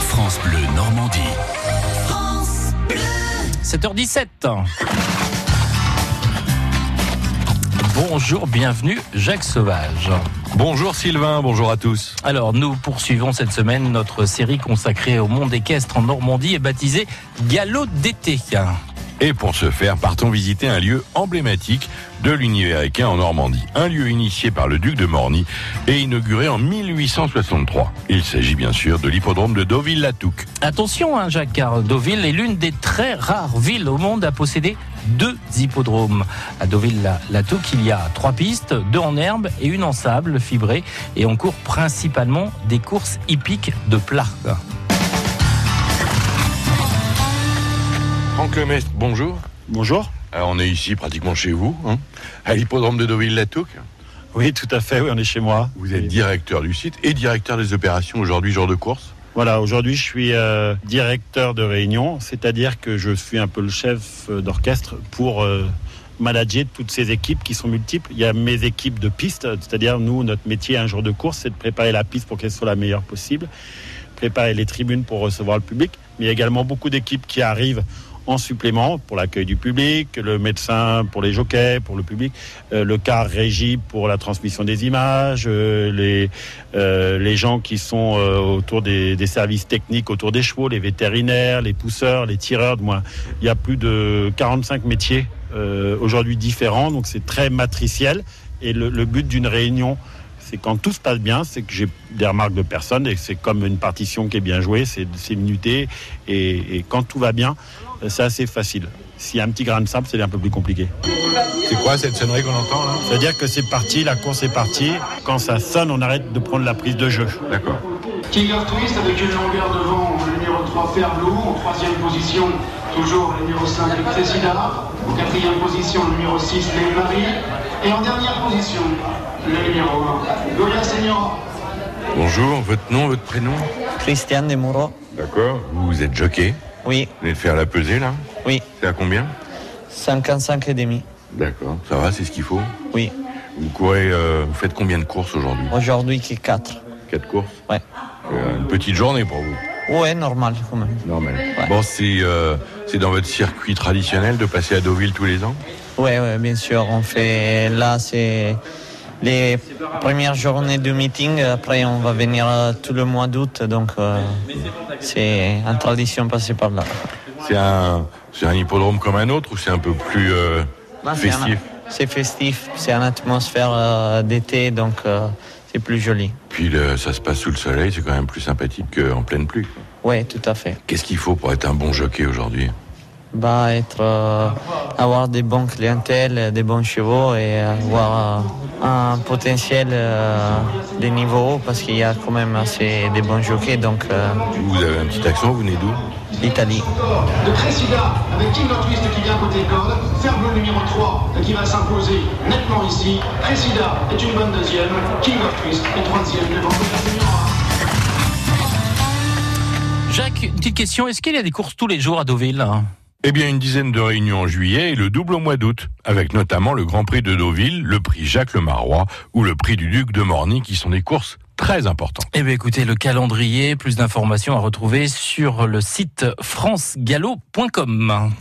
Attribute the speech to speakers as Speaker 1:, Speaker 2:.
Speaker 1: France Bleu Normandie.
Speaker 2: 7h17. Bonjour, bienvenue Jacques Sauvage.
Speaker 3: Bonjour Sylvain, bonjour à tous.
Speaker 2: Alors nous poursuivons cette semaine notre série consacrée au monde équestre en Normandie et baptisée Galop d'été.
Speaker 3: Et pour ce faire, partons visiter un lieu emblématique de l'univers équin en Normandie. Un lieu initié par le duc de Morny et inauguré en 1863. Il s'agit bien sûr de l'hippodrome de Deauville-la-Touque.
Speaker 2: Attention hein, Jacques, car Deauville est l'une des très rares villes au monde à posséder deux hippodromes. À Deauville-la-Touque, il y a trois pistes, deux en herbe et une en sable fibré. Et on court principalement des courses hippiques de plat.
Speaker 3: Franck Lemestre, bonjour.
Speaker 4: Bonjour.
Speaker 3: Alors, Euh, on est ici pratiquement chez vous, hein, à l'hippodrome de Deauville-la-Touque.
Speaker 4: Oui, tout à fait, oui, on est chez moi.
Speaker 3: Vous êtes
Speaker 4: Oui.
Speaker 3: directeur du site et directeur des opérations aujourd'hui, jour de course.
Speaker 4: Voilà, aujourd'hui je suis euh, directeur de réunion, c'est-à-dire que je suis un peu le chef euh, d'orchestre pour euh, manager toutes ces équipes qui sont multiples. Il y a mes équipes de piste, c'est-à-dire nous, notre métier un jour de course, c'est de préparer la piste pour qu'elle soit la meilleure possible, préparer les tribunes pour recevoir le public, mais il y a également beaucoup d'équipes qui arrivent en supplément pour l'accueil du public, le médecin pour les jockeys, pour le public, euh, le car régie pour la transmission des images, euh, les, euh, les gens qui sont euh, autour des, des services techniques, autour des chevaux, les vétérinaires, les pousseurs, les tireurs. Moi, il y a plus de 45 métiers euh, aujourd'hui différents, donc c'est très matriciel. Et le, le but d'une réunion, c'est quand tout se passe bien, c'est que j'ai des remarques de personne et c'est comme une partition qui est bien jouée, c'est c'est minuté. Et, et quand tout va bien, euh, c'est assez facile. S'il y a un petit grain de sable, c'est un peu plus compliqué.
Speaker 3: C'est quoi cette sonnerie qu'on entend là
Speaker 4: C'est-à-dire que c'est parti, la course est partie. Quand ça sonne, on arrête de prendre la prise de jeu.
Speaker 3: D'accord.
Speaker 5: Tiger Twist avec une longueur devant le numéro 3 Fairblue, en troisième position toujours le numéro 5 Cressida, en quatrième position le numéro 6 Léo Marie, et en dernière position le numéro 1 Goya Senior.
Speaker 3: Bonjour, votre nom, votre prénom
Speaker 6: Christian Demuro,
Speaker 3: D'accord. Vous êtes jockey,
Speaker 6: oui,
Speaker 3: vous venez de faire la pesée là
Speaker 6: oui,
Speaker 3: C'est à combien
Speaker 6: 55 et demi,
Speaker 3: D'accord. Ça va, c'est ce qu'il faut
Speaker 6: oui.
Speaker 3: Vous courez, euh, vous faites combien de courses aujourd'hui
Speaker 6: Aujourd'hui, qui 4.
Speaker 3: Quatre courses
Speaker 6: Ouais.
Speaker 3: Euh, Une petite journée pour vous
Speaker 6: Ouais, normal quand même.
Speaker 3: Normal.
Speaker 6: Ouais.
Speaker 3: Bon, c'est euh, c'est dans votre circuit traditionnel de passer à Deauville tous les ans
Speaker 6: Ouais, ouais, bien sûr, on fait. Là, c'est les premières journées de meeting. Après, on va venir euh, tout le mois d'août. Donc, euh, c'est une tradition passée par là.
Speaker 3: C'est un, c'est un hippodrome comme un autre ou c'est un peu plus euh,
Speaker 6: Là, Bah, c'est un-
Speaker 3: festif
Speaker 6: C'est festif, c'est une atmosphère euh, d'été, donc euh, c'est plus joli.
Speaker 3: Puis le- ça se passe sous le soleil, c'est quand même plus sympathique qu'en pleine pluie.
Speaker 6: Ouais, tout à fait.
Speaker 3: Qu'est-ce qu'il faut pour être un bon jockey aujourd'hui
Speaker 6: bah, être, euh, avoir des bons clientèles, des bons chevaux et avoir euh, un potentiel euh, de niveau haut parce qu'il y a quand même assez des bons jockeys. Donc, euh,
Speaker 3: Vous avez un petit accent, vous venez d'où
Speaker 6: l'Italie.
Speaker 5: De Cressida avec Tiger Twist qui vient côté corde, Fairblue numéro 3 qui va s'imposer nettement ici, Cressida est une bonne deuxième, King of Twist est troisième devant Goya Senior.
Speaker 2: Jacques, une petite question, est-ce qu'il y a des courses tous les jours à Deauville hein
Speaker 3: Eh bien, une dizaine de réunions en juillet et le double au mois d'août, avec notamment le Grand Prix de Deauville, le Prix Jacques le Marois ou le Prix du Duc de Morny, qui sont des courses très importantes.
Speaker 2: Eh bien écoutez, le calendrier, plus d'informations à retrouver sur le site francegallo.com.